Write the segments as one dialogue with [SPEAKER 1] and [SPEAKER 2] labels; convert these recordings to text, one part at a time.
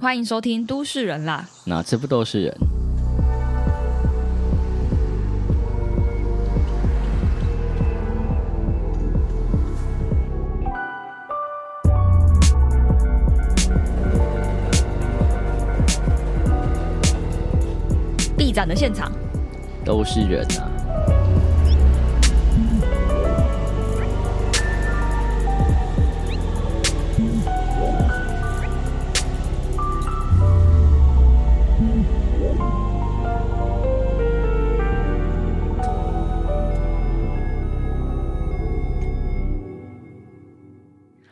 [SPEAKER 1] 欢迎收听《都市人》啦。
[SPEAKER 2] 哪次不都是人？
[SPEAKER 1] B 展的现场，
[SPEAKER 2] 都是人啊！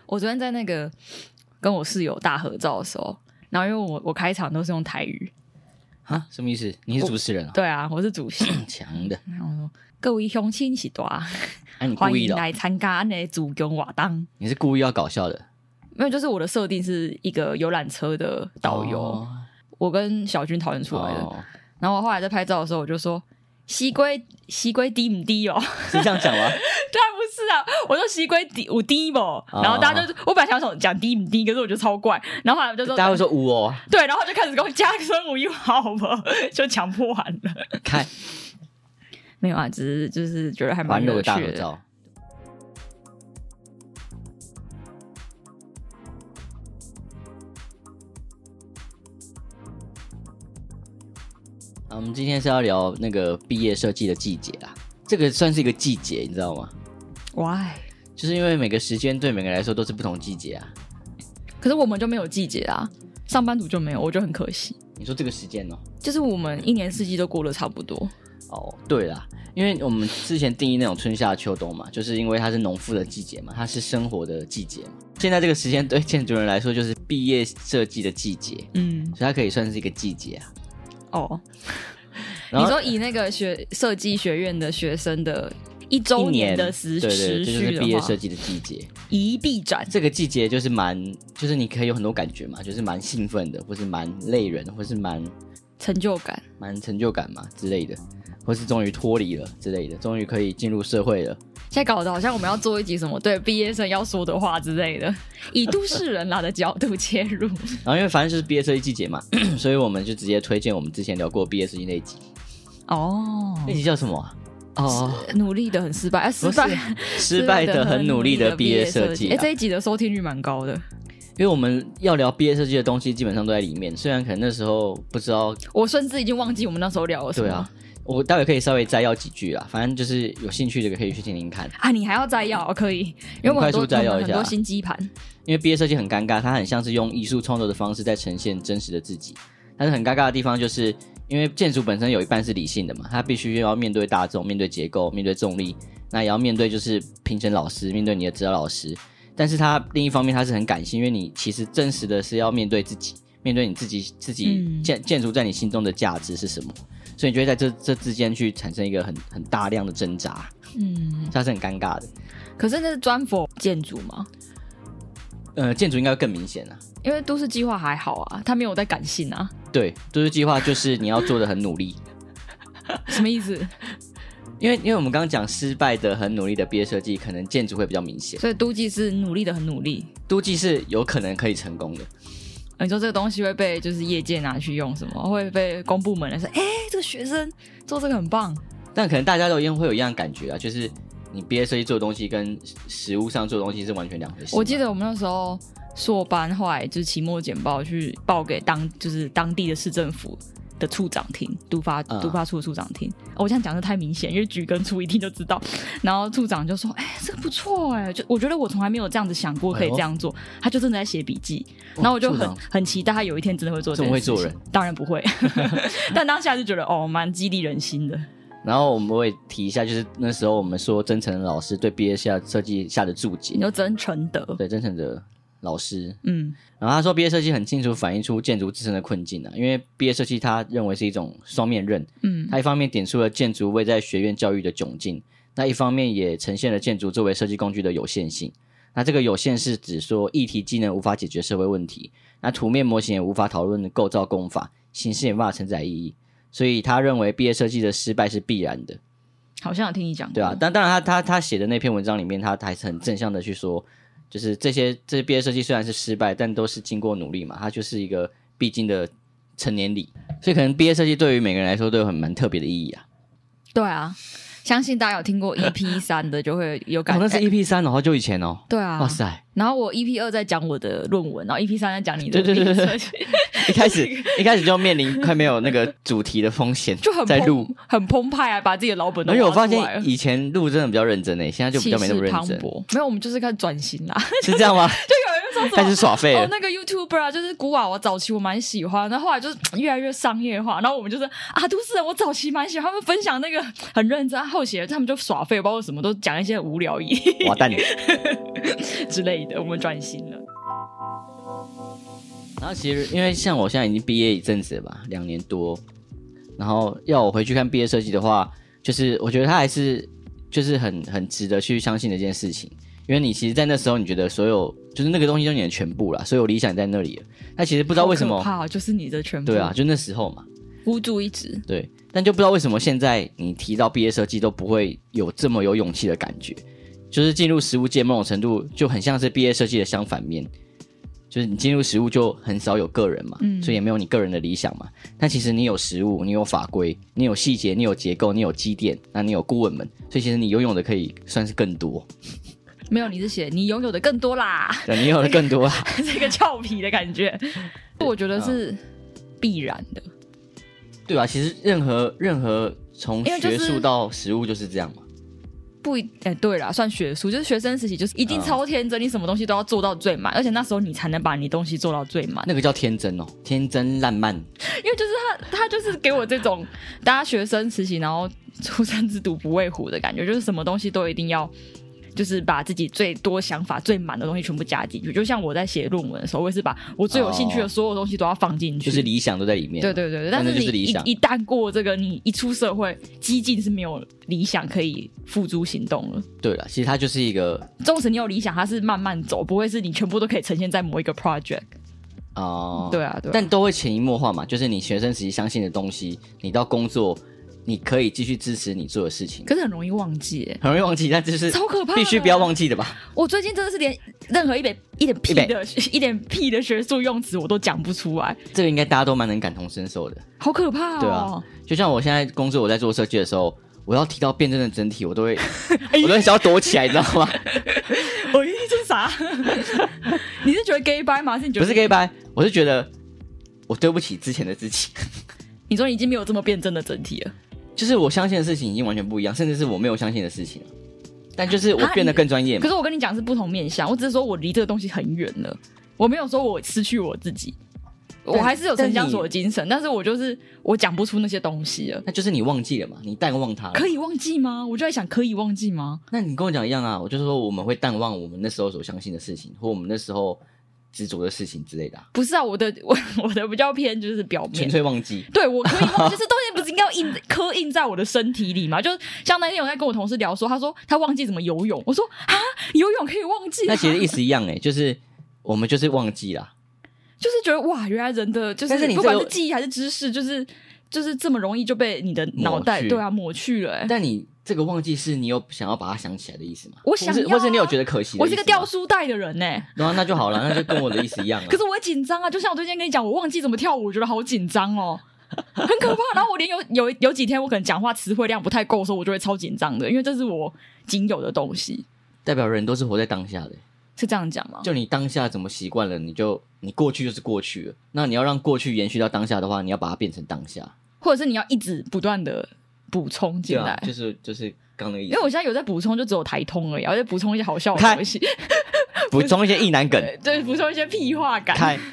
[SPEAKER 1] 我昨天在那个跟我室友大合照的时候，然后因为我我开场都是用台语，
[SPEAKER 2] 啊，什么意思？你是主持人啊？
[SPEAKER 1] 对啊，我是主 席，
[SPEAKER 2] 很强的，
[SPEAKER 1] 然后我说各位乡亲是多啊，
[SPEAKER 2] 哎、你
[SPEAKER 1] 欢
[SPEAKER 2] 故意
[SPEAKER 1] 迎
[SPEAKER 2] 的哦、
[SPEAKER 1] 来参加俺的主公瓦当。
[SPEAKER 2] 你是故意要搞笑的
[SPEAKER 1] 没有，就是我的设定是一个游览车的导游，
[SPEAKER 2] 哦
[SPEAKER 1] 我跟小军讨论出来的。
[SPEAKER 2] 哦
[SPEAKER 1] 然后我后来在拍照的时候，我就说西龟西龟低唔低哦？
[SPEAKER 2] 是这样讲吗？
[SPEAKER 1] 当然不是啊，我说西龟低我低不？
[SPEAKER 2] 哦
[SPEAKER 1] 然后大家就、我本来想说讲低唔低，可是我觉得超怪。然后后来我就说
[SPEAKER 2] 大家会说五哦，
[SPEAKER 1] 对，然后就开始跟我加孙武一好吧，就强迫完了。
[SPEAKER 2] 看
[SPEAKER 1] 没有啊，只是就是觉得还蛮
[SPEAKER 2] 玩乐
[SPEAKER 1] 有
[SPEAKER 2] 的大合
[SPEAKER 1] 趣的。
[SPEAKER 2] 照。啊，我们今天是要聊那个毕业设计的季节啦，这个算是一个季节，你知道吗？
[SPEAKER 1] Why？
[SPEAKER 2] 就是因为每个时间对每个人来说都是不同季节啊。
[SPEAKER 1] 可是我们就没有季节啊，上班族就没有，我就很可惜。
[SPEAKER 2] 你说这个时间哦？
[SPEAKER 1] 就是我们一年四季都过得差不多。
[SPEAKER 2] 哦，对啦，因为我们之前定义那种春夏秋冬嘛，就是因为它是农夫的季节嘛，它是生活的季节嘛。现在这个时间对建筑人来说就是毕业设计的季节，
[SPEAKER 1] 嗯，
[SPEAKER 2] 所以它可以算是一个季节啊。
[SPEAKER 1] 哦，
[SPEAKER 2] 然
[SPEAKER 1] 你
[SPEAKER 2] 后
[SPEAKER 1] 说以那个学设计学院的学生的一周
[SPEAKER 2] 一
[SPEAKER 1] 年
[SPEAKER 2] 年
[SPEAKER 1] 的时
[SPEAKER 2] 对
[SPEAKER 1] 时
[SPEAKER 2] 对，这就是
[SPEAKER 1] 序
[SPEAKER 2] 毕业
[SPEAKER 1] 的话
[SPEAKER 2] 设，计的季节。
[SPEAKER 1] 一臂展
[SPEAKER 2] 这个季节就是蛮，就是你可以有很多感觉嘛，就是蛮兴奋的，或是蛮累人，或是蛮
[SPEAKER 1] 成就感，
[SPEAKER 2] 蛮成就感嘛之类的，或是终于脱离了之类的，终于可以进入社会了。
[SPEAKER 1] 现在搞得好像我们要做一集什么对毕业生要说的话之类的，以都市人啦的角度切入。
[SPEAKER 2] 然后因为反正就是毕业设计季节嘛， 所以我们就直接推荐我们之前聊过毕业设计那一集，
[SPEAKER 1] 哦，
[SPEAKER 2] 那集叫什么啊、哦，
[SPEAKER 1] 努力的很失败，哎、失
[SPEAKER 2] 不
[SPEAKER 1] 败
[SPEAKER 2] 是失败的很努力的毕业设计
[SPEAKER 1] 哎、
[SPEAKER 2] 啊、
[SPEAKER 1] 这一集的收听率蛮高的，
[SPEAKER 2] 因为我们要聊毕业设计的东西基本上都在里面，虽然可能那时候不知道，
[SPEAKER 1] 我甚至已经忘记我们那时候聊了什么。
[SPEAKER 2] 对啊，，我待会可以稍微摘要几句啦，反正就是有兴趣的可以去听听看，
[SPEAKER 1] 啊，你还要摘要哦可以，因为我们很多
[SPEAKER 2] 快速摘要
[SPEAKER 1] 我们
[SPEAKER 2] 一
[SPEAKER 1] 很
[SPEAKER 2] 下
[SPEAKER 1] 多新机盘，
[SPEAKER 2] 因为毕业设计很尴尬，它很像是用艺术创作的方式在呈现真实的自己，但是很尴尬的地方就是。因为建筑本身有一半是理性的嘛，它必须要面对大众、面对结构、面对重力，那也要面对就是评审老师、面对你的指导老师。但是它另一方面它是很感性，因为你其实真实的是要面对自己，面对你自己自己
[SPEAKER 1] 嗯
[SPEAKER 2] 建建筑在你心中的价值是什么，所以你就会在这这之间去产生一个很很大量的挣扎，
[SPEAKER 1] 嗯，
[SPEAKER 2] 它是很尴尬的。
[SPEAKER 1] 可是那是专佛建筑嘛，
[SPEAKER 2] 呃，建筑应该更明显啊，
[SPEAKER 1] 因为都市计划还好啊，他没有在感性啊，
[SPEAKER 2] 对，都市计划就是你要做的很努力，
[SPEAKER 1] 什么意思？
[SPEAKER 2] 因为因为我们刚刚讲失败的很努力的毕业设计，可能建筑会比较明显，
[SPEAKER 1] 所以都计是努力的很努力。
[SPEAKER 2] 都计是有可能可以成功的。
[SPEAKER 1] 呃你说这个东西会被就是业界拿去用什么？会被公部门来说，哎、这个学生做这个很棒，
[SPEAKER 2] 但可能大家都一样会有一样的感觉啊，就是你毕业设计做的东西跟实实物上做的东西是完全两回事嘛。
[SPEAKER 1] 我记得我们那时候硕班后来就是期末简报去报给当就是当地的市政府的处长听，督发
[SPEAKER 2] 嗯
[SPEAKER 1] 督发处的处长听。哦我这样讲的太明显，因为局跟处一听就知道。然后处长就说：“哎、这个不错哎、就我觉得我从来没有这样子想过可以这样做。他就真的在写笔记，
[SPEAKER 2] 哎哇
[SPEAKER 1] 然后我就
[SPEAKER 2] 处
[SPEAKER 1] 很
[SPEAKER 2] 长
[SPEAKER 1] 很期待他有一天真的会做这
[SPEAKER 2] 这
[SPEAKER 1] 件
[SPEAKER 2] 么会
[SPEAKER 1] 事情。
[SPEAKER 2] 做人
[SPEAKER 1] 当然不 会，但当下就觉得哦，蛮激励人心的。
[SPEAKER 2] 然后我们会提一下，就是那时候我们说真诚的老师对毕业下设计下的注解
[SPEAKER 1] 你，说真诚德，
[SPEAKER 2] 对真诚的老师。
[SPEAKER 1] 嗯，
[SPEAKER 2] 然后他说，毕业设计很清楚反映出建筑自身的困境啊，因为毕业设计他认为是一种双面刃，
[SPEAKER 1] 嗯，
[SPEAKER 2] 他一方面点出了建筑位在学院教育的窘境，那一方面也呈现了建筑作为设计工具的有限性。那这个有限是指说议题技能无法解决社会问题，那图面模型也无法讨论构造工法，形式也无法承载意义。所以他认为毕业设计的失败是必然的，
[SPEAKER 1] 好像有听你讲过，
[SPEAKER 2] 对啊，但当然他，他他写的那篇文章里面，他还是很正向的去说，就是这些这些毕业设计虽然是失败，但都是经过努力嘛，它就是一个必经的成年礼，所以可能毕业设计对于每个人来说都有很蛮特别的意义啊。
[SPEAKER 1] 对啊，相信大家有听 过 EP 三的，就会有
[SPEAKER 2] 哦
[SPEAKER 1] 感，
[SPEAKER 2] 那
[SPEAKER 1] 觉。
[SPEAKER 2] 是 EP 三哦，好久以前哦。
[SPEAKER 1] 对啊
[SPEAKER 2] 哇，塞！
[SPEAKER 1] 然后我 EP 二在讲我的论文，然后 EP 三在讲你的，
[SPEAKER 2] 对对对对一开 始
[SPEAKER 1] 这
[SPEAKER 2] 一开始就面临快没有那个主题的风险，
[SPEAKER 1] 就很
[SPEAKER 2] 在
[SPEAKER 1] 澎
[SPEAKER 2] 录。
[SPEAKER 1] 很澎湃啊，把自己的老本都
[SPEAKER 2] 而且我
[SPEAKER 1] 挖
[SPEAKER 2] 发
[SPEAKER 1] 出来
[SPEAKER 2] 现
[SPEAKER 1] 了
[SPEAKER 2] 以前录真的比较认真诶、现在就比
[SPEAKER 1] 气
[SPEAKER 2] 较没那
[SPEAKER 1] 势
[SPEAKER 2] 么认
[SPEAKER 1] 磅
[SPEAKER 2] 真，
[SPEAKER 1] 礴。没有，我们就是开始转型啦，
[SPEAKER 2] 是这样 吗？
[SPEAKER 1] 就有人说什
[SPEAKER 2] 开
[SPEAKER 1] 么
[SPEAKER 2] 始。耍 废
[SPEAKER 1] 哦
[SPEAKER 2] 了，。
[SPEAKER 1] 那个 YouTuber 啊，就是古瓦，我早期我蛮喜欢，然后后来就是嗯越来越商业化，然后我们就是啊，都市人，我早期蛮喜欢，他们分享那个很认真，后期他们就耍废，包括什么都讲一些很无聊一
[SPEAKER 2] 哇蛋！
[SPEAKER 1] 之类的，我们转型了。
[SPEAKER 2] 然后其实因为像我现在已经毕业一阵子了吧，两年多，然后要我回去看毕业设计的话，就是我觉得它还是就是很很值得去相信的一件事情，因为你其实，在那时候你觉得所有就是那个东西就是你的全部啦，所有理想在那里了，那其实不
[SPEAKER 1] 不
[SPEAKER 2] 知道为什么，
[SPEAKER 1] 怕、哦就是你的全部，
[SPEAKER 2] 对啊，，就那时候嘛，
[SPEAKER 1] 孤注一掷。
[SPEAKER 2] 对，但就不知道为什么现在你提到毕业设计都不会有这么有勇气的感觉，就是进入实物界某种程度就很像是毕业设计的相反面，就是你进入实物就很少有个人嘛，
[SPEAKER 1] 嗯
[SPEAKER 2] 所以也没有你个人的理想嘛。但其实你有实物，你有法规，你有细节，你有结构，你有积淀，那你有顾问们，所以其实你拥有的可以算是更多，
[SPEAKER 1] 没有，你是写你拥有的更多啦，
[SPEAKER 2] 对，你拥有的更多啊。
[SPEAKER 1] 这个俏皮的感觉，我觉得是
[SPEAKER 2] 啊
[SPEAKER 1] 必然的。
[SPEAKER 2] 对吧、其实任何任何从
[SPEAKER 1] 因为就
[SPEAKER 2] 学
[SPEAKER 1] 是
[SPEAKER 2] 术到实物就是这样嘛。
[SPEAKER 1] 不一，哎、对啦，算学术，就是学生时期，就是一
[SPEAKER 2] 啊
[SPEAKER 1] 定超天真，你什么东西都要做到最满，而且那时候你才能把你东西做到最满。
[SPEAKER 2] 那个叫天真哦，天真烂漫，
[SPEAKER 1] 因为就是他，他就是给我这种大家学生时期，然后初生之犊不畏虎的感觉，就是什么东西都一定要，就是把自己最多想法、最满的东西全部加进去。就像我在写论文的时候，我也是把我最有兴趣的所有东西都要放进去。
[SPEAKER 2] 就是理想都在里面。
[SPEAKER 1] 对对对对，但
[SPEAKER 2] 那
[SPEAKER 1] 是
[SPEAKER 2] 就
[SPEAKER 1] 你
[SPEAKER 2] 是理想
[SPEAKER 1] 一一旦过这个，你一出社会，激进是没有理想可以付诸行动了。
[SPEAKER 2] 对了，其实它就是一个
[SPEAKER 1] 纵使你有理想，它是慢慢走，不会是你全部都可以呈现在某一个 project。
[SPEAKER 2] 哦，
[SPEAKER 1] 对啊，对啊。
[SPEAKER 2] 但都会潜移默化嘛，就是你学生时期相信的东西，你到工作，你可以继续支持你做的事情，
[SPEAKER 1] 可是很容易忘记耶，
[SPEAKER 2] 很容易忘记，但就是
[SPEAKER 1] 超可怕的
[SPEAKER 2] 必须不要忘记的吧？
[SPEAKER 1] 我最近真的是连任何一点一点屁的一点屁的学术用词我都讲不出来，
[SPEAKER 2] 这个应该大家都蛮能感同身受的。
[SPEAKER 1] 好可怕
[SPEAKER 2] 对啊
[SPEAKER 1] 哦！
[SPEAKER 2] 就像我现在工作，我在做设计的时候，我要提到辩证的整体，我都会，我都会想要躲起来，你知道吗？
[SPEAKER 1] 哎、这是啥？ 你是觉得 gay bye 吗？还是你觉
[SPEAKER 2] 不
[SPEAKER 1] 得
[SPEAKER 2] 是 gay 白，我是觉得我对不起之前的自己。
[SPEAKER 1] 你说你已经没有这么辩证的整体了？
[SPEAKER 2] 就是我相信的事情已经完全不一样，甚至是我没有相信的事情了但就是我
[SPEAKER 1] 啊
[SPEAKER 2] 变得
[SPEAKER 1] 你
[SPEAKER 2] 更专业嘛
[SPEAKER 1] 可。是我跟你讲是不同面向，我只是说我离这个东西很远了，我没有说我失去我自己，我还是有
[SPEAKER 2] 但
[SPEAKER 1] 城乡
[SPEAKER 2] 你
[SPEAKER 1] 所的精神，但是我就是我讲不出那些东西了。
[SPEAKER 2] 那就是你忘记了嘛，你淡忘它了。
[SPEAKER 1] 可以忘记吗？我就在想，可以忘记吗？
[SPEAKER 2] 那你跟我讲一样啊，我就说我们会淡忘我们那时候所相信的事情，或我们那时候执着的事情之类的啊、
[SPEAKER 1] 不是啊，我的 我我的比较偏就是表面
[SPEAKER 2] 纯，粹忘 记。
[SPEAKER 1] 对，我可以忘，就是东西不是应该要印 刻印在我的身体里吗？就是像那天我在跟我同事聊说，他说他忘记怎么游泳，我说啊，游泳可以忘记啊，
[SPEAKER 2] 那其实意思一样哎、就是我们就是忘 记啦。
[SPEAKER 1] 就是觉得哇，原来人的就
[SPEAKER 2] 但
[SPEAKER 1] 是
[SPEAKER 2] 是你
[SPEAKER 1] 不
[SPEAKER 2] 这
[SPEAKER 1] 管
[SPEAKER 2] 个
[SPEAKER 1] 是记忆还是知识，就是就是这么容易就被你的脑
[SPEAKER 2] 抹
[SPEAKER 1] 袋
[SPEAKER 2] 去
[SPEAKER 1] 对啊抹去了、欸。
[SPEAKER 2] 但你这个忘记是你有想要把它想起来的意思吗？
[SPEAKER 1] 我想
[SPEAKER 2] 或是
[SPEAKER 1] 要啊
[SPEAKER 2] 或是你有觉得可惜的
[SPEAKER 1] 我
[SPEAKER 2] 意思吗？
[SPEAKER 1] 是个掉书袋的人呢、欸
[SPEAKER 2] 对啊，那就 好了，那就跟我的意思一样啊
[SPEAKER 1] 可。是我会紧张啊，就像我最近跟你讲，我忘记怎么跳舞，我觉得好紧张哦。很可怕，然后我连有有有几天我可能讲话词汇量不太够的时候，我就会超紧张的，因为这是我仅有的东西，
[SPEAKER 2] 代表人都是活在当下的欸、
[SPEAKER 1] 是这样讲吗？
[SPEAKER 2] 就你当下怎么习惯了，你就你过去就是过去了。那你要让过去延续到当下的话，你要把它变成当下。
[SPEAKER 1] 或者是你要一直不断的补充进
[SPEAKER 2] 对
[SPEAKER 1] 来。
[SPEAKER 2] 啊，就是就是刚那个意
[SPEAKER 1] 因
[SPEAKER 2] 思
[SPEAKER 1] 为。我现在有在补充，就只有台通而已，我在补充一些好笑的
[SPEAKER 2] 开
[SPEAKER 1] 东西，
[SPEAKER 2] 补充一些意难梗，
[SPEAKER 1] 对，补充一些屁话感。
[SPEAKER 2] 开。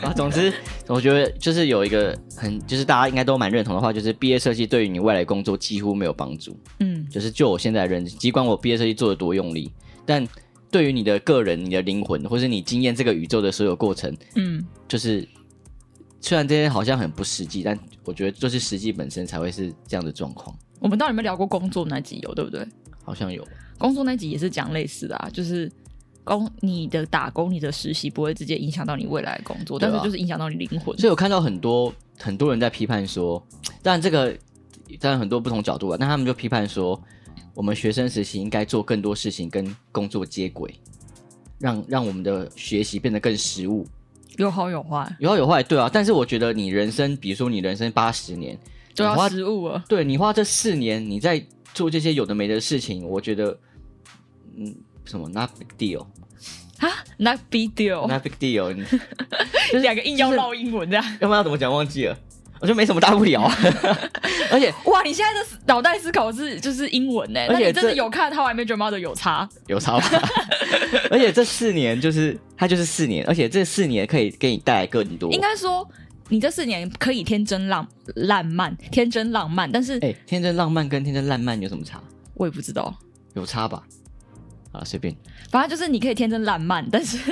[SPEAKER 2] 啊，总之，我觉得就是有一个很，就是大家应该都蛮认同的话，就是毕业设计对于你未来工作几乎没有帮助。
[SPEAKER 1] 嗯，
[SPEAKER 2] 就是就我现在的认知，尽管我毕业设计做的多用力，但对于你的个人、你的灵魂，或是你经验这个宇宙的所有过程，
[SPEAKER 1] 嗯，
[SPEAKER 2] 就是虽然这些好像很不实际，但我觉得就是实际本身才会是这样的状况，
[SPEAKER 1] 我们到底有没有聊过工作那集有对不对？
[SPEAKER 2] 好像有。
[SPEAKER 1] 工作那集也是讲类似的啊，就是工你的打工、你的实习不会直接影响到你未来的工作，
[SPEAKER 2] 对啊
[SPEAKER 1] 但是就是影响到你灵魂。
[SPEAKER 2] 所以我看到很多很多人在批判说，当然这个当然很多不同角度啊，那他们就批判说，我们学生时期应该做更多事情跟工作接轨，让让我们的学习变得更实务。
[SPEAKER 1] 有好有坏，
[SPEAKER 2] 有好有坏，对啊。但是我觉得你人生，比如说你人生八十年，
[SPEAKER 1] 都
[SPEAKER 2] 你花
[SPEAKER 1] 要失误了。
[SPEAKER 2] 对你花这四年你在做这些有的没的事情，我觉得，嗯，什么 not big deal，not
[SPEAKER 1] 啊，not big deal，
[SPEAKER 2] big deal，你
[SPEAKER 1] 两个硬要唠英文这样。
[SPEAKER 2] 要不然要怎么讲忘记了，我觉得没什么大不了啊。 而且
[SPEAKER 1] 哇，你现在的脑袋思考是就是英文呢、欸
[SPEAKER 2] 而
[SPEAKER 1] 那
[SPEAKER 2] 且
[SPEAKER 1] 你真的
[SPEAKER 2] 这
[SPEAKER 1] 有看《How I Met Your Mother》有差？
[SPEAKER 2] 有差 吧？而且这四年就是它就是四年，而且这四年可以给你带来更多。
[SPEAKER 1] 应该说你这四年可以天真浪浪漫，天真浪漫，但是
[SPEAKER 2] 哎、天真浪漫跟天真烂漫有什么差？
[SPEAKER 1] 我也不知道，
[SPEAKER 2] 有差吧？啊，随便。
[SPEAKER 1] 反正就是你可以天真烂漫，但是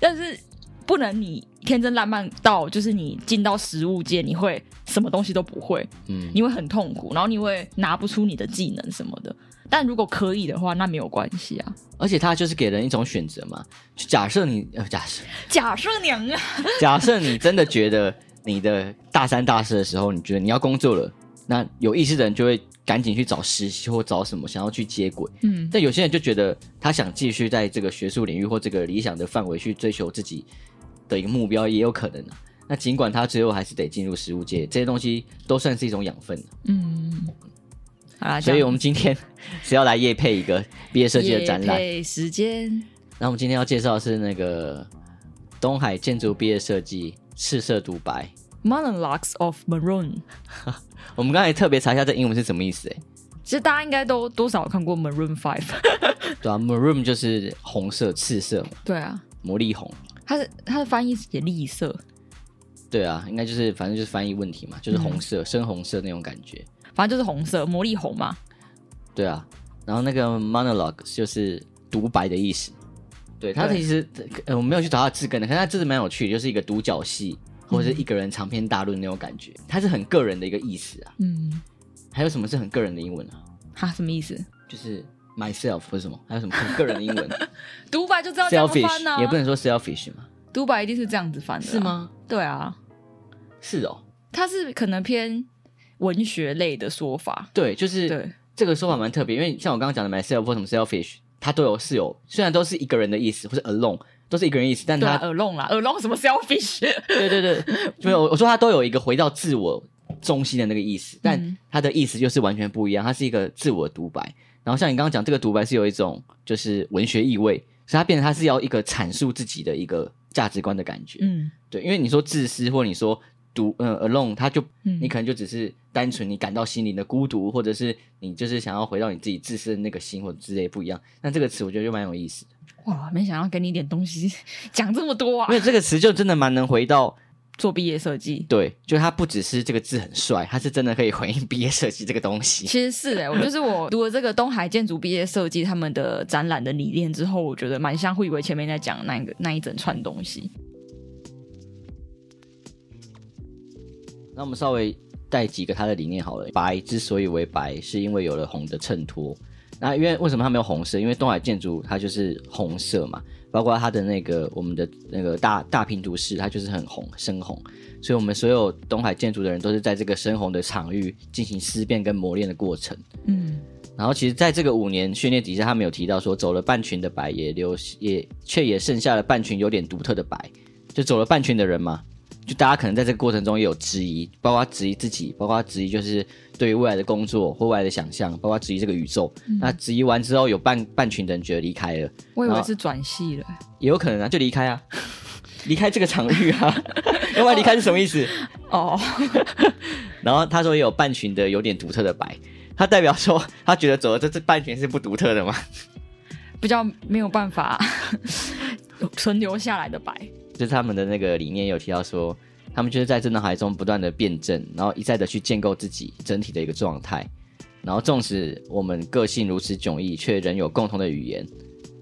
[SPEAKER 1] 但是不能你天真烂漫到就是你进到食物界你会什么东西都不会，
[SPEAKER 2] 嗯，
[SPEAKER 1] 你会很痛苦，然后你会拿不出你的技能什么的。但如果可以的话，那没有关系啊。
[SPEAKER 2] 而且它就是给人一种选择嘛。就假设你，呃，假设
[SPEAKER 1] 假设娘啊，
[SPEAKER 2] 假设你真的觉得你的大三、大四的时候，你觉得你要工作了，那有意识的人就会赶紧去找实习或找什么，想要去接轨。
[SPEAKER 1] 嗯，
[SPEAKER 2] 但有些人就觉得他想继续在这个学术领域或这个理想的范围去追求自己的一个目标，也有可能啊。那尽管他最后还是得进入实务界，这些东西都算是一种养分。啊
[SPEAKER 1] 嗯，好啦，
[SPEAKER 2] 所以我们今天 是要来夜配一个毕业设计的展览。
[SPEAKER 1] 览时间，
[SPEAKER 2] 那我们今天要介绍的是那个东海建筑毕业设计赤色独白。
[SPEAKER 1] Monologues of Maroon，
[SPEAKER 2] 我们刚才特别查一下这英文是什么意思、欸，
[SPEAKER 1] 其实大家应该都多少有看过 Maroon Five，
[SPEAKER 2] 对啊，maroon 就是红色、赤色、
[SPEAKER 1] 对啊，
[SPEAKER 2] 魔力红。
[SPEAKER 1] 它的它的翻译是也绿色，
[SPEAKER 2] 对啊，应该就是反正就是翻译问题嘛，就是红
[SPEAKER 1] 嗯
[SPEAKER 2] 色、深红色那种感觉。
[SPEAKER 1] 反正就是红色，魔力红嘛。
[SPEAKER 2] 对啊，然后那个 monologue 就是独白的意思。对，它
[SPEAKER 1] 对
[SPEAKER 2] 其实呃我没有去找它的字根的，可是它字蛮有趣的，就是一个独角戏或者是一个人长篇大论那种感觉，它是很个人的一个意思啊。
[SPEAKER 1] 嗯，
[SPEAKER 2] 还有什么是很个人的英文啊？
[SPEAKER 1] 哈，什么意思？
[SPEAKER 2] 就是 myself 或者什么？还有什么很个人的 英文
[SPEAKER 1] 独白就知道这样翻呢、
[SPEAKER 2] ？selfish 也不能说 selfish 嘛，
[SPEAKER 1] 独白一定是这样子翻的、？？对啊，
[SPEAKER 2] 是哦，
[SPEAKER 1] 它是可能偏文学类的说法。
[SPEAKER 2] 对，就是
[SPEAKER 1] 对，
[SPEAKER 2] 这个说法蛮特别，因为像我刚刚讲的 myself 或什么 selfish，它都有是有，虽然都是一个人的意思，或是 alone 都是一个人意思，但
[SPEAKER 1] 对
[SPEAKER 2] 它
[SPEAKER 1] 啊，呃耳聋啦，耳聋什么 selfish？
[SPEAKER 2] 对对对， 没有，我说他都有一个回到自我中心的那个意思，但
[SPEAKER 1] 嗯
[SPEAKER 2] 他的意思就是完全不一样，它是一个自我独白。然后像你刚刚讲，这个独白是有一种就是文学意味，所以它变成它是要一个阐述自己的一个价值观的感觉。
[SPEAKER 1] 嗯
[SPEAKER 2] 对，因为你说自私或你说独呃 alone，它就
[SPEAKER 1] 嗯
[SPEAKER 2] 你可能就只是单纯你感到心灵的孤独，或者是你就是想要回到你自己自私的那个心或者之类不一样。那这个词我觉得就蛮有意思的，
[SPEAKER 1] 哇，没想到给你一点东西，讲这么多啊
[SPEAKER 2] 因！为这个词就真的蛮能回到
[SPEAKER 1] 做毕业设计，
[SPEAKER 2] 对，就它不只是这个字很帅，它是真的可以回应 毕业设计这个东西。
[SPEAKER 1] 其实是哎、我就是我读了这个东海建筑毕业设计他们的展览的理念之后，我觉得蛮像慧伟前面在讲的那一个那一整串东西。
[SPEAKER 2] 那我们稍微带几个它的理念好了。白之所以为白，是因为有了红的衬托。那因为为什么它没有红色？因为东海建筑它就是红色嘛，包括它的那个我们的那个大大平图室，它就是很红深红，所以我们所有东海建筑的人都是在这个深红的场域进行思辨跟磨练的过程。
[SPEAKER 1] 嗯，
[SPEAKER 2] 然后其实在这个五年训练底下，他们有提到说，走了半群的白也留也却也剩下了半群有点独特的白，就走了半群的人嘛，就大家可能在这个过程中也有质疑，包括质疑自己，包括质疑就是对于未来的工作或未来的想象，包括质疑这个宇宙。那质疑完之后，有半半群的人觉得离开了，
[SPEAKER 1] 我以
[SPEAKER 2] 然
[SPEAKER 1] 为
[SPEAKER 2] 后
[SPEAKER 1] 是转系了、
[SPEAKER 2] 也有可能啊，就离开啊，离开这个场域啊，要不然离开是什么意思？
[SPEAKER 1] 哦，
[SPEAKER 2] 然后他说也有半群的有点独特的白，他代表说他觉得走了这这半群是不独特的嘛。
[SPEAKER 1] 比较没有办法 存留下来的白。
[SPEAKER 2] 就是他们的那个理念有提到说，他们就是在这脑海中不断的辩证，然后一再的去建构自己整体的一个状态。然后，纵使我们个性如此迥异，却仍有共同的语言。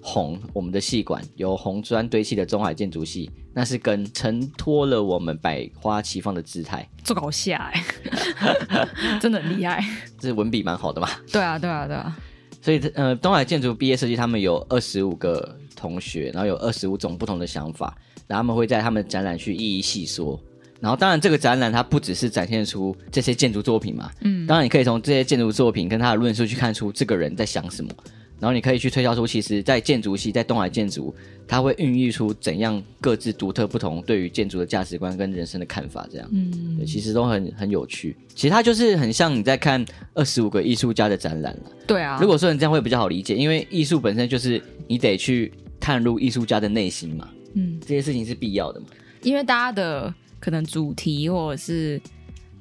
[SPEAKER 2] 红，我们的系馆由红砖堆砌的中海建筑系，那是跟承托了我们百花齐放的姿态。
[SPEAKER 1] 做搞下 哎、真的很厉害。
[SPEAKER 2] 这文笔蛮好的嘛。
[SPEAKER 1] 对啊，对啊，对啊，
[SPEAKER 2] 所以，呃，东海建筑毕业设计他们有二十五个同学，然后有二十五种不同的想法，然后他们会在他们的展览去一一细说。然后，当然，这个展览它不只是展现出这些建筑作品嘛，嗯，当然你可以从这些建筑作品跟他的论述去看出这个人在想什么，然后你可以去推敲出，其实，在建筑系，在东海建筑，它会孕育出怎样各自独特不同对于建筑的价值观跟人生的看法，这样，嗯，其实都很很有趣。其实它就是很像你在看二十五个艺术家的展览了。
[SPEAKER 1] 对啊，
[SPEAKER 2] 如果说你这样会比较好理解，因为艺术本身就是你得去探入艺术家的内心嘛，
[SPEAKER 1] 嗯，
[SPEAKER 2] 这些事情是必要的嘛，
[SPEAKER 1] 因为大家的可能主题或者是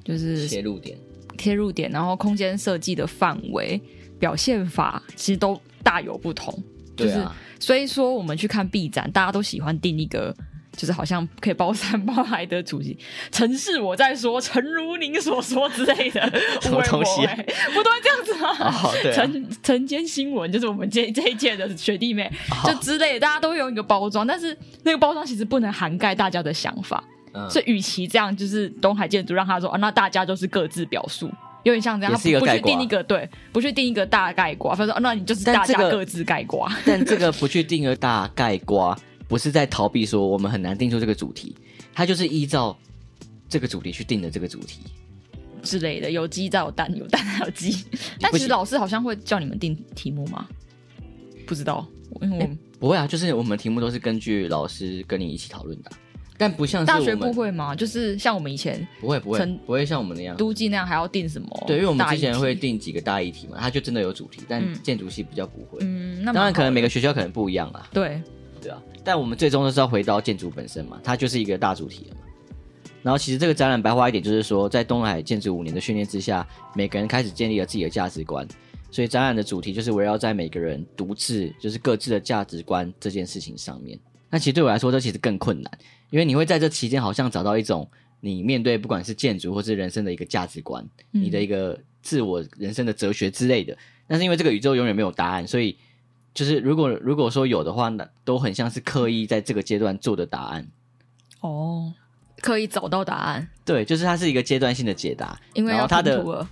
[SPEAKER 1] 就是
[SPEAKER 2] 切入点。
[SPEAKER 1] 切入点，然后空间设计的范围、表现法，其实都大有不同。
[SPEAKER 2] 对 啊，
[SPEAKER 1] 所以说，我们去看 B 展，大家都喜欢定一个，就是好像可以包山包海的主题。城市我在说，诚如您所说之类的，
[SPEAKER 2] 什么东西啊
[SPEAKER 1] 无为我为不都会这样子吗？
[SPEAKER 2] 哦对啊
[SPEAKER 1] 晨晨间新闻就是我们这这一届的学弟妹，
[SPEAKER 2] 啊
[SPEAKER 1] 就之类的，大家都会用一个包装，但是那个包装其实不能涵盖大家的想法。
[SPEAKER 2] 嗯
[SPEAKER 1] 所以，与其这样，就是东海建筑让他说啊，那大家就是各自表述，有点像这样，
[SPEAKER 2] 也
[SPEAKER 1] 他
[SPEAKER 2] 是一个
[SPEAKER 1] 不不
[SPEAKER 2] 概
[SPEAKER 1] 去
[SPEAKER 2] 括啊
[SPEAKER 1] 定一个对，不去定一个大概括，反正说、啊那你就是
[SPEAKER 2] 但
[SPEAKER 1] 大
[SPEAKER 2] 这
[SPEAKER 1] 家
[SPEAKER 2] 个
[SPEAKER 1] 各自概括。 啊
[SPEAKER 2] 但这个不去定个大概瓜，不是在逃避说我们很难定出这个主题，它就是依照这个主题去定的这个主题。
[SPEAKER 1] 之类的，有鸡再有蛋，有蛋还有鸡。但其实老师好像会叫你们定题目吗？不知道，因为我们
[SPEAKER 2] 不会啊，就是我们题目都是根据老师跟你一起讨论的啊，但不像是
[SPEAKER 1] 大学
[SPEAKER 2] 我们
[SPEAKER 1] 部会吗？就是像我们以前
[SPEAKER 2] 不会不
[SPEAKER 1] 成
[SPEAKER 2] 会不会像我们那样。
[SPEAKER 1] 都记那样，还要定什么？
[SPEAKER 2] 对，因为我们之前会
[SPEAKER 1] 大议题，
[SPEAKER 2] 定几个大议题嘛，它就真的有主题，但
[SPEAKER 1] 嗯
[SPEAKER 2] 建筑系比较不会。
[SPEAKER 1] 嗯，那蛮
[SPEAKER 2] 当然，可能
[SPEAKER 1] 好的
[SPEAKER 2] 每个学校可能不一样啦，
[SPEAKER 1] 对，
[SPEAKER 2] 对啊。但我们最终都是要回到建筑本身嘛，它就是一个大主题了嘛。然后其实这个展览白话一点就是说，在东海建筑五年的训练之下，每个人开始建立了自己的价值观。所以展览的主题就是围绕在每个人独自就是各自的价值观这件事情上面。那其实对我来说，这其实更困难，因为你会在这期间好像找到一种你面对不管是建筑或是人生的一个价值观，
[SPEAKER 1] 嗯
[SPEAKER 2] 你的一个自我人生的哲学之类的。但是因为这个宇宙永远没有答案，所以就是如果如果说有的话，那都很像是刻意在这个阶段做的答案。
[SPEAKER 1] 哦，可以找到答案，
[SPEAKER 2] 对，就是它是一个阶段性的解答，
[SPEAKER 1] 因为
[SPEAKER 2] 然
[SPEAKER 1] 要
[SPEAKER 2] 后它
[SPEAKER 1] 拼
[SPEAKER 2] 的
[SPEAKER 1] 图了，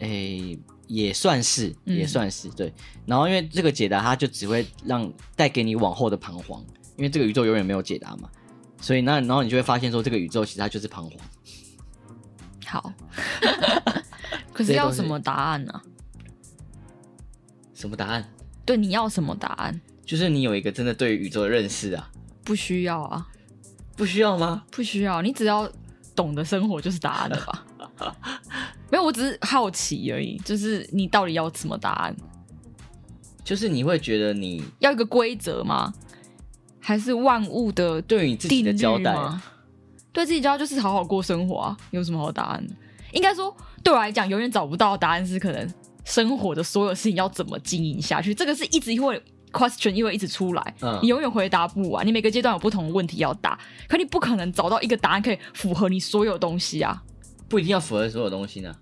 [SPEAKER 2] 诶，也算是，
[SPEAKER 1] 嗯
[SPEAKER 2] 也算是、对。然后因为这个解答，它就只会让带给你往后的彷徨，因为这个宇宙永远没有解答嘛。所以那然后你就会发现说，这个宇宙其实它就是彷徨。
[SPEAKER 1] 好。可
[SPEAKER 2] 这
[SPEAKER 1] 是
[SPEAKER 2] 些
[SPEAKER 1] 要
[SPEAKER 2] 东西
[SPEAKER 1] 什么答案呢、
[SPEAKER 2] 什么答案？
[SPEAKER 1] 对，你要什么答案？
[SPEAKER 2] 就是你有一个真的对于宇宙的认识啊，
[SPEAKER 1] 不需要啊，
[SPEAKER 2] 不需要吗？
[SPEAKER 1] 不需要，你只要懂得生活就是答案了吧？ 没有，我只是好奇而已，就是你到底要什么答案？
[SPEAKER 2] 就是你会觉得你
[SPEAKER 1] 要一个规则吗？还是万物的
[SPEAKER 2] 对于你自己
[SPEAKER 1] 定
[SPEAKER 2] 的
[SPEAKER 1] 律
[SPEAKER 2] 交代，啊
[SPEAKER 1] 吗？对自己交代就是好好过生活啊，有什么好答案的？应该说，对我来讲，永远找不到的答案是可能生活的所有事情要怎么经营下去，这个是一直会 question，因为一直出来，
[SPEAKER 2] 嗯
[SPEAKER 1] 你永远回答不完。你每个阶段有不同的问题要答，可你不可能找到一个答案可以符合你所有东西啊。
[SPEAKER 2] 不一定要符合所有东西呢。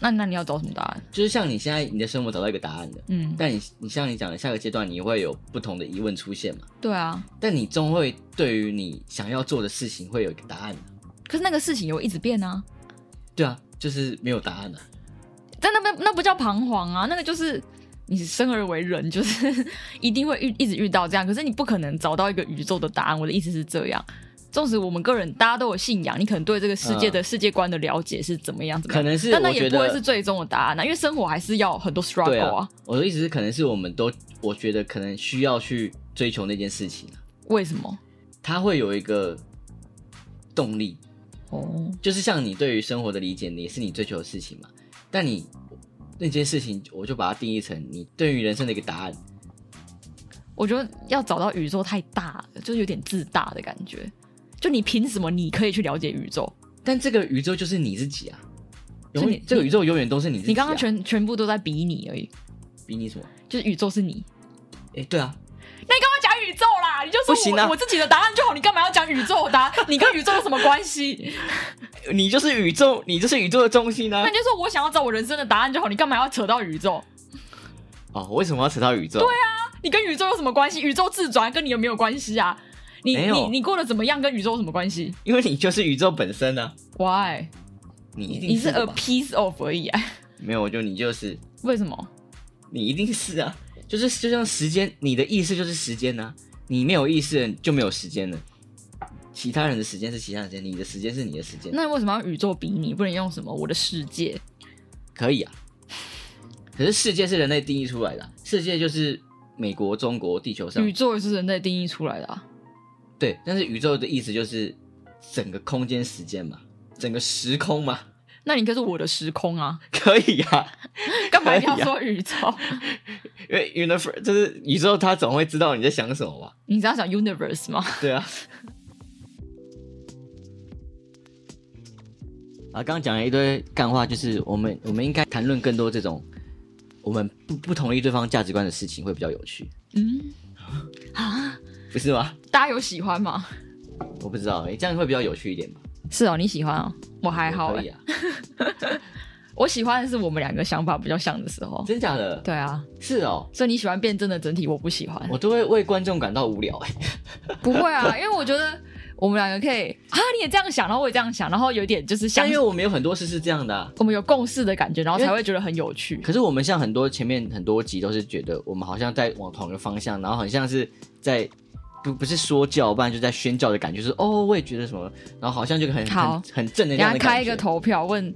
[SPEAKER 1] 那那你要找什么答案？
[SPEAKER 2] 就是像你现在你的生活找到一个答案的，
[SPEAKER 1] 嗯，
[SPEAKER 2] 但你你像你讲的下个阶段你会有不同的疑问出现嘛？
[SPEAKER 1] 对啊。
[SPEAKER 2] 但你终会对于你想要做的事情会有一个答案的。
[SPEAKER 1] 可是那个事情有一直变啊，
[SPEAKER 2] 对啊，就是没有答案啊。
[SPEAKER 1] 但那不那不叫彷徨啊，那个就是你生而为人，就是 一定会遇一直遇到这样。可是你不可能找到一个宇宙的答案。我的意思是这样。纵使我们个人大家都有信仰，你可能对这个世界的世界观的了解是怎么样怎么
[SPEAKER 2] 嗯可
[SPEAKER 1] 样，
[SPEAKER 2] 能是
[SPEAKER 1] 但那
[SPEAKER 2] 我觉
[SPEAKER 1] 也不会
[SPEAKER 2] 得
[SPEAKER 1] 是最终的答案啊，因为生活还是要很多
[SPEAKER 2] 对
[SPEAKER 1] struggle
[SPEAKER 2] 啊，我的意思是，可能是我们都，我觉得可能需要去追求那件事情啊，
[SPEAKER 1] 为什么？
[SPEAKER 2] 它会有一个动力，
[SPEAKER 1] 哦，
[SPEAKER 2] 就是像你对于生活的理解，也是你追求的事情嘛。但你那件事情，我就把它定义成你对于人生的一个答案。
[SPEAKER 1] 我觉得要找到宇宙太大了，就是有点自大的感觉。就你凭什么你可以去了解宇宙？
[SPEAKER 2] 但这个宇宙就是你自己啊，
[SPEAKER 1] 是
[SPEAKER 2] 永
[SPEAKER 1] 你
[SPEAKER 2] 远这个宇宙永远都是你自己、啊。
[SPEAKER 1] 你刚刚全全部都在比你而已，
[SPEAKER 2] 比你什么？
[SPEAKER 1] 就是宇宙是你。
[SPEAKER 2] 哎、对啊，
[SPEAKER 1] 那你干嘛讲宇宙啦？你就说
[SPEAKER 2] 不行
[SPEAKER 1] 我、
[SPEAKER 2] 啊
[SPEAKER 1] 我自己的答案就好，你干嘛要讲宇宙的答 案？你跟宇宙有什么关系？
[SPEAKER 2] 你就是宇宙，你就是宇宙的中心啊
[SPEAKER 1] 那你。就说我想要找我人生的答案就好，你干嘛要扯到宇宙？
[SPEAKER 2] 哦，为什么要扯到宇宙？对啊，
[SPEAKER 1] 你跟宇宙有什么关系？宇宙自转跟你有没有关系啊？你
[SPEAKER 2] 没有
[SPEAKER 1] 你你过得怎么样跟宇宙有什么关系
[SPEAKER 2] 因为你就是宇宙本身啊。
[SPEAKER 1] ？Why？
[SPEAKER 2] 你一定
[SPEAKER 1] 你是
[SPEAKER 2] 的
[SPEAKER 1] a
[SPEAKER 2] 吧
[SPEAKER 1] piece of 而已、啊，
[SPEAKER 2] 没有，就你就是
[SPEAKER 1] 为什么？
[SPEAKER 2] 你一定是啊，就是就像时间，你的意识就是时间呐、啊，你没有意识了就没有时间了。其他人的时间是其他人的时间，你的时间是你的时间，
[SPEAKER 1] 那为什么要宇宙比拟？不能用什么我的世界？
[SPEAKER 2] 可以啊。可是世界是人类定义出来的啊、世界就是美国、中国、地球上
[SPEAKER 1] 宇宙也是人类定义出来的啊。
[SPEAKER 2] 对，但是宇宙的意思就是整个空间、时间嘛，整个时空嘛，
[SPEAKER 1] 那你可以说我的时空啊，
[SPEAKER 2] 可以啊。
[SPEAKER 1] 干嘛一定要
[SPEAKER 2] 可以啊
[SPEAKER 1] 说宇宙？
[SPEAKER 2] 因为 universe 就是宇宙，它总会知道你在想什么吧？
[SPEAKER 1] 你知道讲 universe 吗？
[SPEAKER 2] 对啊。 啊，刚刚讲了一堆干话，就是我们我们应该谈论更多这种我们不不同意对方价值观的事情，会比较有趣，
[SPEAKER 1] 嗯 啊，
[SPEAKER 2] 不是吗？
[SPEAKER 1] 大家有喜欢吗？
[SPEAKER 2] 我不知道，哎诶这样会比较有趣一点吧？
[SPEAKER 1] 是哦，你喜欢哦，我还好
[SPEAKER 2] 可
[SPEAKER 1] 哎、
[SPEAKER 2] 以啊，
[SPEAKER 1] 我喜欢的是我们两个想法比较像的时候。
[SPEAKER 2] 真假的？
[SPEAKER 1] 对啊，
[SPEAKER 2] 是哦，
[SPEAKER 1] 所以你喜欢辩证的整体，我不喜欢。
[SPEAKER 2] 我都会为观众感到无聊、诶哎
[SPEAKER 1] 不会啊，因 为我觉得我们两个可以啊，你也这样想，然后我也这样想，然后有点就是
[SPEAKER 2] 但
[SPEAKER 1] 相
[SPEAKER 2] 因为我们有很多事是这样的啊、
[SPEAKER 1] 我们有共识的感觉，然后才会觉得很有趣。
[SPEAKER 2] 可是我们像很多前面很多集都是觉得我们好像在往同一个方向，然后很像是在不不是说教，不然就在宣教的感觉，就是哦，我也觉得什么，然后好像就很
[SPEAKER 1] 好
[SPEAKER 2] 很很正能
[SPEAKER 1] 等
[SPEAKER 2] 量
[SPEAKER 1] 下
[SPEAKER 2] 的
[SPEAKER 1] 开
[SPEAKER 2] 感
[SPEAKER 1] 一
[SPEAKER 2] 觉。
[SPEAKER 1] 个投票，问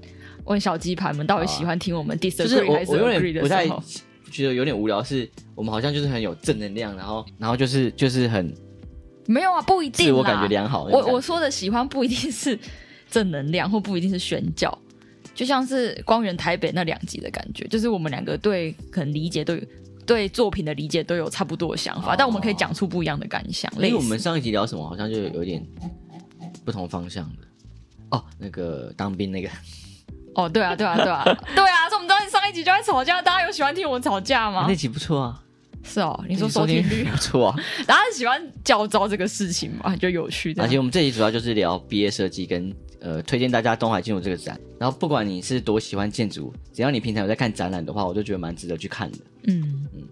[SPEAKER 1] 问小鸡排们到底喜欢听我们
[SPEAKER 2] 就是我
[SPEAKER 1] disagree 还是
[SPEAKER 2] 我有
[SPEAKER 1] agree
[SPEAKER 2] 点
[SPEAKER 1] 的
[SPEAKER 2] 不太
[SPEAKER 1] 时候，
[SPEAKER 2] 觉得有点无聊，是我们好像就是很有正能量，然后然后就是就是很
[SPEAKER 1] 没有啊，不一定
[SPEAKER 2] 自
[SPEAKER 1] 啦。
[SPEAKER 2] 我感觉良好那种
[SPEAKER 1] 我
[SPEAKER 2] 感觉。
[SPEAKER 1] 我说的喜欢不一定是正能量，或不一定是宣教，就像是《光源台北》那两集的感觉，就是我们两个对可能理解都有对作品的理解都有差不多的想法，
[SPEAKER 2] 哦
[SPEAKER 1] 但我们可以讲出不一样的感想。
[SPEAKER 2] 因为
[SPEAKER 1] 类
[SPEAKER 2] 我
[SPEAKER 1] 似
[SPEAKER 2] 们上一集聊什么，好像就有点不同方向的。哦，那个当兵那个，
[SPEAKER 1] 哦，对啊，对啊，对啊， 对啊，所以我们当时上一集就在吵架，大家有喜欢听我们吵架吗
[SPEAKER 2] 那？集不错啊，
[SPEAKER 1] 是哦，你
[SPEAKER 2] 你
[SPEAKER 1] 说收听率，
[SPEAKER 2] 不错啊。
[SPEAKER 1] 大家喜欢教招这个事情嘛，就有趣的
[SPEAKER 2] 而。且我们这集主要啊就是聊毕业设计跟呃推荐大家东海建筑这个展。然后不管你是多喜欢建筑，只要你平常有在看展览的话，我就觉得蛮值得去看的。
[SPEAKER 1] 嗯
[SPEAKER 2] 嗯，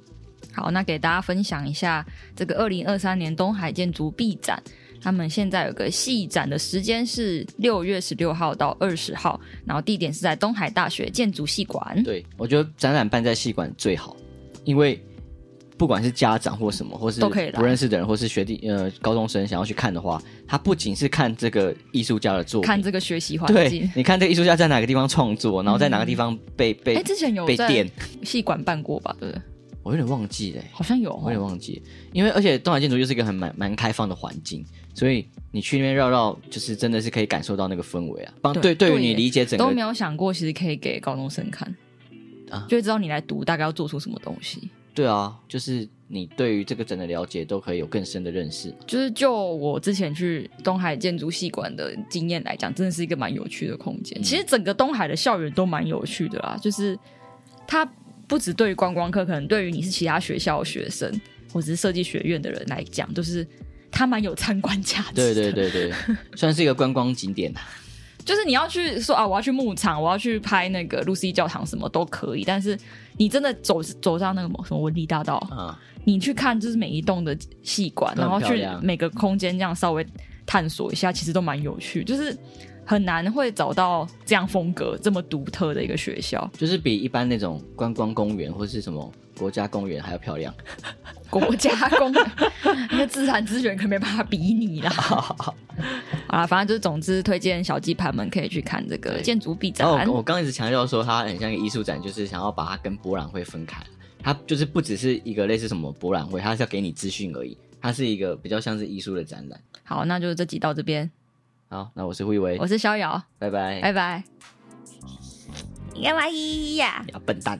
[SPEAKER 1] 好，那给大家分享一下这个二零二三年东海建筑 B 展，他们现在有个细展的时间是六月十六号到二十号，然后地点是在东海大学建筑系馆。
[SPEAKER 2] 对，我觉得展览办在戏馆最好，因为不管是家长或什么，或是
[SPEAKER 1] 都可以来
[SPEAKER 2] 不认识的人，或是学弟呃高中生想要去看的话，他不仅是看这个艺术家的作品，
[SPEAKER 1] 看这个学习环
[SPEAKER 2] 对
[SPEAKER 1] 境，，
[SPEAKER 2] 你看这个艺术家在哪个地方创作，然后在哪个地方被、被、
[SPEAKER 1] 哎，之前有
[SPEAKER 2] 被
[SPEAKER 1] 在
[SPEAKER 2] 电，
[SPEAKER 1] 系馆办过吧？对不对？
[SPEAKER 2] 我有点忘记了欸、
[SPEAKER 1] 好像有
[SPEAKER 2] 我有点
[SPEAKER 1] 哦。
[SPEAKER 2] 忘记，因为而且东海建筑又是一个很蛮蛮开放的环境，所以你去那边绕绕，就是真的是可以感受到那个氛围啊，帮
[SPEAKER 1] 对
[SPEAKER 2] 对对
[SPEAKER 1] 对
[SPEAKER 2] 于你
[SPEAKER 1] 耶
[SPEAKER 2] 理解整
[SPEAKER 1] 都没
[SPEAKER 2] 个
[SPEAKER 1] 有想过，其实可以给高中生看，
[SPEAKER 2] 啊
[SPEAKER 1] 就会知道你来读大概要做出什么东西。
[SPEAKER 2] 对啊，就是你对于这个整个了解都可以有更深的认 识。
[SPEAKER 1] 就是就我之前去东海建筑系馆的经验来讲，真的是一个蛮有趣的空间。
[SPEAKER 2] 嗯
[SPEAKER 1] 其实整个东海的校园都蛮有趣的啦，就是它不只对于观光客，可能对于你是其他学校的学生或者是设计学院的人来讲，就是它蛮有参观价值。
[SPEAKER 2] 对对，对对，算是一个观光景点啊。
[SPEAKER 1] 就是你要去说啊，我要去牧场，我要去拍那个露西教堂，什么都可以。但是你真的走走上那个什么文理大道，
[SPEAKER 2] 啊，
[SPEAKER 1] 你去看就是每一栋的戏馆，
[SPEAKER 2] 都
[SPEAKER 1] 然
[SPEAKER 2] 很
[SPEAKER 1] 后
[SPEAKER 2] 漂
[SPEAKER 1] 去
[SPEAKER 2] 亮
[SPEAKER 1] 每个空间这样稍微探索一下，其实都蛮有趣，就是很难会找到这样风格这么独特的一个学校。
[SPEAKER 2] 就是比一般那种观光公园或是什么国家公园还要 漂亮。
[SPEAKER 1] 国家 公园那自然资源可没办法比拟啦。好啦，反正就是总之推荐小鸡盘们可以去看这个
[SPEAKER 2] 对哦
[SPEAKER 1] 建筑壁
[SPEAKER 2] 然
[SPEAKER 1] 展
[SPEAKER 2] 后。我我刚一直强调说它很像一个艺术展，就是想要把它跟博览会分开。它就是不只是一个类似什么博览会，它是要给你资讯而已。它是一个比较像是艺术的展览。
[SPEAKER 1] 好，那就这集到这边，
[SPEAKER 2] 好，那我是慧维
[SPEAKER 1] 我，是逍遥，
[SPEAKER 2] 拜拜。
[SPEAKER 1] 拜拜。你干嘛依依呀、
[SPEAKER 2] 你要笨蛋。